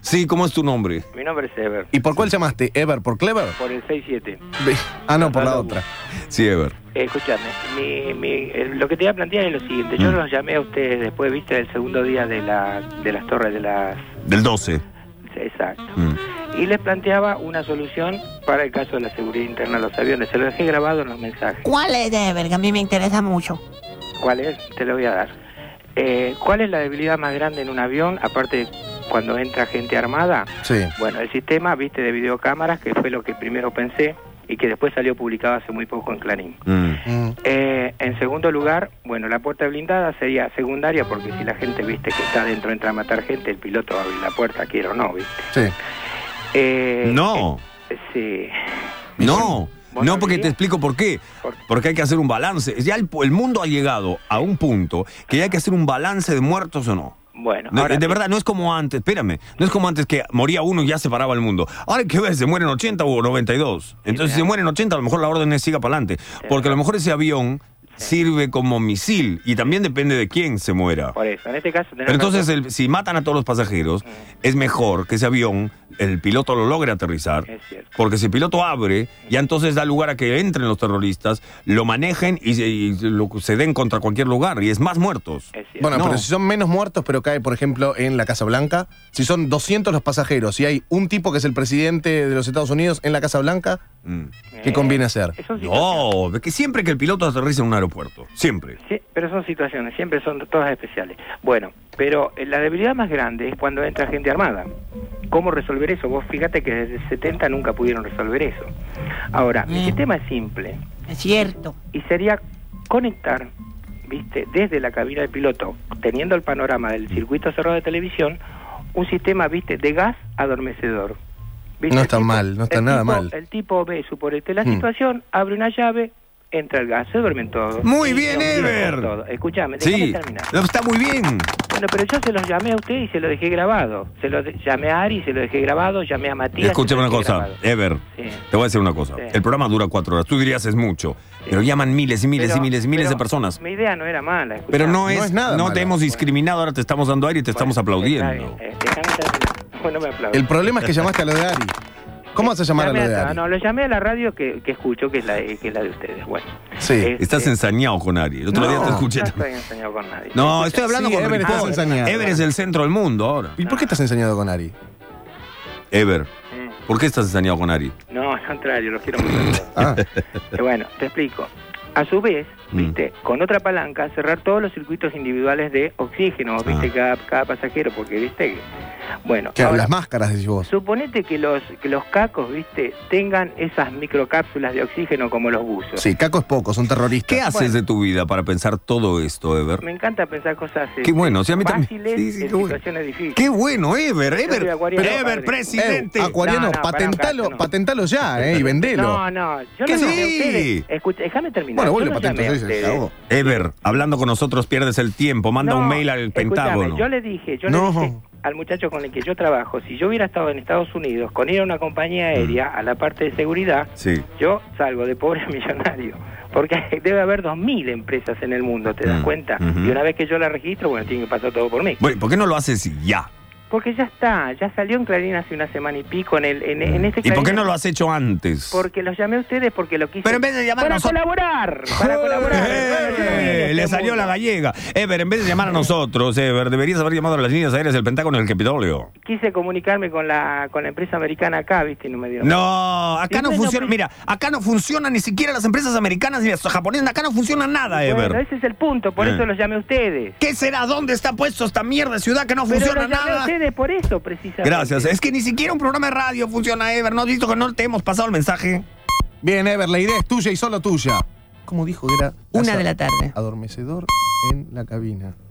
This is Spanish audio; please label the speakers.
Speaker 1: Sí, ¿cómo es tu nombre?
Speaker 2: Mi nombre es Ever,
Speaker 3: ¿Y por cuál llamaste? ¿Ever? ¿Por Clever?
Speaker 2: por el 67.
Speaker 3: Ah, no, por la otra.
Speaker 1: Sí, Ever.
Speaker 2: Eh, Escuchame, mi- mi- eh, lo que te voy a plantear es lo siguiente. Yo
Speaker 1: Mm.
Speaker 2: los llamé a ustedes después, viste, el segundo día de, la, de las torres de las...
Speaker 1: Del 12.
Speaker 2: Exacto.
Speaker 1: Mm.
Speaker 2: Y les planteaba una solución para el caso de la seguridad interna de los aviones. Se lo dejé grabado en los mensajes.
Speaker 4: ¿Cuál es Ever? Que a mí me interesa mucho.
Speaker 2: ¿Cuál es? Te lo voy a dar. Eh, ¿Cuál es la debilidad más grande en un avión, aparte de cuando entra gente armada?
Speaker 3: Sí.
Speaker 2: Bueno, el sistema, viste, de videocámaras, que fue lo que primero pensé y que después salió publicado hace muy poco en Clarín.
Speaker 1: Mm.
Speaker 3: Mm.
Speaker 2: Eh, en segundo lugar, bueno, la puerta blindada sería secundaria porque si la gente, viste, que está dentro, entra a matar gente, el piloto va a abrir la puerta, quiero o no, viste.
Speaker 3: Sí.
Speaker 2: Eh,
Speaker 1: No,
Speaker 2: eh, sí.
Speaker 1: no.
Speaker 2: ¿Vos
Speaker 1: No, porque
Speaker 2: sabías?
Speaker 1: te explico por qué.
Speaker 2: ¿Por qué?
Speaker 1: Porque hay que hacer un balance. Ya el, el mundo ha llegado a un punto que ya hay que hacer un balance de muertos o no.
Speaker 2: Bueno,
Speaker 1: No,
Speaker 2: ahora
Speaker 1: de
Speaker 2: sí.
Speaker 1: verdad, no es como antes, espérame, no es como antes que moría uno y ya se paraba el mundo. Ahora hay que ver, se mueren 80 o 92. Entonces, si se
Speaker 2: ¿verdad?
Speaker 1: mueren 80, a lo mejor la orden es siga para adelante. Porque a lo mejor ese avión sirve como misil y también depende de quién se muera.
Speaker 2: Por eso, en este caso tenés
Speaker 1: Pero entonces, eh,
Speaker 2: razón.
Speaker 1: el- si matan a todos los pasajeros, es mejor que ese avión, el piloto lo logre aterrizar.
Speaker 2: Es cierto.
Speaker 1: Porque si el piloto abre, ya entonces da lugar a que entren los terroristas, lo manejen y se, y lo- se den contra cualquier lugar. Y es más muertos.
Speaker 2: Es cierto.
Speaker 3: Bueno,
Speaker 1: No.
Speaker 3: pero si son menos muertos, pero cae, por ejemplo, en la Casa Blanca, si son 200 los pasajeros y hay un tipo que es el presidente de los Estados Unidos en la Casa Blanca,
Speaker 1: Mm.
Speaker 3: ¿qué
Speaker 2: Eh,
Speaker 3: conviene hacer?
Speaker 2: son situaciones-
Speaker 1: No, que siempre que el piloto aterriza en un aeropuerto. Siempre.
Speaker 2: Sí, pero son situaciones, siempre son todas especiales. Bueno, pero eh, la debilidad más grande es cuando entra gente armada. ¿Cómo resolver eso? Vos fíjate que desde el 70 nunca pudieron resolver eso. Ahora, mi
Speaker 4: Mm.
Speaker 2: sistema es simple
Speaker 4: Es cierto.
Speaker 2: y sería conectar, viste, desde la cabina del piloto, teniendo el panorama del circuito cerrado de televisión, un sistema, viste, de gas adormecedor. ¿Viste?
Speaker 3: No
Speaker 2: El
Speaker 3: está mal, no está
Speaker 2: el
Speaker 3: nada
Speaker 2: tipo-
Speaker 3: mal.
Speaker 2: El tipo ve su por este, la
Speaker 3: Mm.
Speaker 2: situación, abre una llave, entra el gas, se duermen todos.
Speaker 1: Muy
Speaker 2: Y
Speaker 1: bien,
Speaker 2: se olvidan
Speaker 1: Ever.
Speaker 2: todo. Escuchame, déjame
Speaker 1: Sí,
Speaker 2: terminar.
Speaker 1: No, está muy bien.
Speaker 2: Bueno, pero yo se los llamé a usted y se lo dejé grabado. Se lo de- llamé a Ari, se lo dejé grabado, llamé a Matías.
Speaker 1: Escúchame una
Speaker 2: se lo dejé
Speaker 1: cosa, Eh,
Speaker 2: grabado.
Speaker 1: Ever.
Speaker 2: Sí.
Speaker 1: Te voy a decir una cosa.
Speaker 2: Sí.
Speaker 1: El programa dura cuatro horas. Tú dirías es mucho, pero llaman miles y miles
Speaker 2: Pero-
Speaker 1: y miles y miles de
Speaker 2: pero
Speaker 1: personas.
Speaker 2: Mi idea no era mala. escuchame.
Speaker 1: Pero no
Speaker 3: No
Speaker 1: es,
Speaker 3: es nada
Speaker 1: No
Speaker 3: malo.
Speaker 1: te hemos discriminado. Ahora te estamos dando aire y te estamos
Speaker 2: pues. Bueno,
Speaker 1: aplaudiendo.
Speaker 2: está bien, eh, déjame terminar. Bueno, me aplaudo.
Speaker 3: El problema es que llamaste a lo de Ari. ¿Cómo vas a llamar a lo
Speaker 2: Llamé
Speaker 3: de
Speaker 2: a-
Speaker 3: Ari?
Speaker 2: No, lo llamé a la radio que, que escucho, que es, la, eh, que es la de ustedes. Bueno.
Speaker 3: Sí.
Speaker 2: Este,
Speaker 1: Estás ensañado con Ari. El otro
Speaker 2: no,
Speaker 1: día te escuché.
Speaker 2: No estoy ensañado con nadie.
Speaker 1: No,
Speaker 2: Escucha,
Speaker 1: estoy hablando
Speaker 3: Sí,
Speaker 1: con
Speaker 3: Ever, estás
Speaker 1: Ricardo.
Speaker 3: ensañado.
Speaker 1: Ever es el centro del mundo ahora.
Speaker 3: ¿Y por qué estás enseñado con Ari?
Speaker 1: Ever,
Speaker 2: eh,
Speaker 1: ¿por qué estás ensañado con Ari?
Speaker 2: No, al contrario, los quiero mucho.
Speaker 3: Ah,
Speaker 2: Eh, Bueno, te explico. A su vez,
Speaker 1: Mm.
Speaker 2: viste, con otra palanca cerrar todos los circuitos individuales de oxígeno,
Speaker 1: Ah.
Speaker 2: viste, cada, cada pasajero, porque viste que... Bueno,
Speaker 3: que
Speaker 2: ahora,
Speaker 3: las máscaras, decís vos.
Speaker 2: suponete que los, que los cacos, viste, tengan esas microcápsulas de oxígeno como los buzos.
Speaker 3: Sí, Caco es poco, son terroristas.
Speaker 1: ¿Qué haces de tu vida para pensar todo esto, Ever?
Speaker 2: Me encanta pensar cosas eh,
Speaker 1: Qué bueno, sí, a mí también.
Speaker 2: fáciles
Speaker 1: Sí, sí,
Speaker 2: en
Speaker 1: qué bueno.
Speaker 2: situaciones difíciles.
Speaker 1: Qué bueno, Ever,
Speaker 2: Yo soy
Speaker 1: Ever,
Speaker 2: acuariano,
Speaker 1: Ever,
Speaker 2: padre.
Speaker 1: presidente.
Speaker 3: Eh, acuariano,
Speaker 2: No, no, pará,
Speaker 3: patentalo,
Speaker 2: Caco, no.
Speaker 3: patentalo ya, eh, y vendelo.
Speaker 2: No, no, yo
Speaker 1: ¿Qué
Speaker 2: no llamé a
Speaker 1: sí?
Speaker 2: ustedes. Escucha, déjame terminar.
Speaker 3: bueno, vos
Speaker 2: Yo
Speaker 3: lo
Speaker 2: los llamé a
Speaker 3: patentas, se
Speaker 2: ustedes.
Speaker 3: acabó.
Speaker 1: Ever, hablando con nosotros pierdes el tiempo. Manda
Speaker 2: ah. No,
Speaker 1: un mail al
Speaker 2: escúchame,
Speaker 1: Pentágono.
Speaker 2: Yo le dije, yo
Speaker 3: No.
Speaker 2: le dije al muchacho con el que yo trabajo, si yo hubiera estado en Estados Unidos con ir a una compañía aérea
Speaker 1: Mm.
Speaker 2: a la parte de seguridad,
Speaker 1: Sí.
Speaker 2: yo salgo de pobre a millonario. Porque debe haber 2.000 empresas en el mundo, ¿te das
Speaker 1: Mm,
Speaker 2: cuenta?
Speaker 1: ujú.
Speaker 2: Y una vez que yo la registro, bueno, tiene que pasar todo por mí.
Speaker 1: Bueno, ¿por qué no lo haces ya?
Speaker 2: Porque ya está, ya salió en Clarín hace una semana y pico en, el, en, en este
Speaker 1: Mm. ¿Y por qué
Speaker 2: Clarín-
Speaker 1: no lo has hecho antes?
Speaker 2: Porque los llamé a ustedes porque lo quise.
Speaker 1: Pero en vez de
Speaker 2: ¡Para
Speaker 1: llamarnos... Eh,
Speaker 2: colaborar! ¡Para colaborar! Bueno, yo no vine de este
Speaker 1: Le salió
Speaker 2: mundo.
Speaker 1: la gallega. Ever, en vez de llamar a nosotros, Ever, deberías haber llamado a las líneas aéreas del Pentágono y el Capitolio.
Speaker 2: Quise comunicarme con la, con la empresa americana acá, ¿viste? Y no me dio.
Speaker 1: No, acá no
Speaker 2: Siempre no
Speaker 1: funciona.
Speaker 2: pre-
Speaker 1: Mira, acá no funcionan ni siquiera las empresas americanas ni las japonesas. Acá no funciona nada, Ever.
Speaker 2: Bueno, ese es el punto, por
Speaker 1: Eh.
Speaker 2: eso los llamé a ustedes.
Speaker 1: ¿Qué será? ¿Dónde está puesto esta mierda de ciudad que no
Speaker 2: Pero
Speaker 1: funciona
Speaker 2: los llamé a
Speaker 1: nada?
Speaker 2: ustedes por eso, precisamente.
Speaker 1: Gracias. eh. Es que ni siquiera un programa de radio funciona, Ever. ¿No has visto que no te hemos pasado el mensaje?
Speaker 3: Bien, Ever, la idea es tuya y solo tuya. Como dijo que era?
Speaker 4: Una
Speaker 3: Casa-
Speaker 4: de la tarde.
Speaker 3: Adormecedor en la cabina.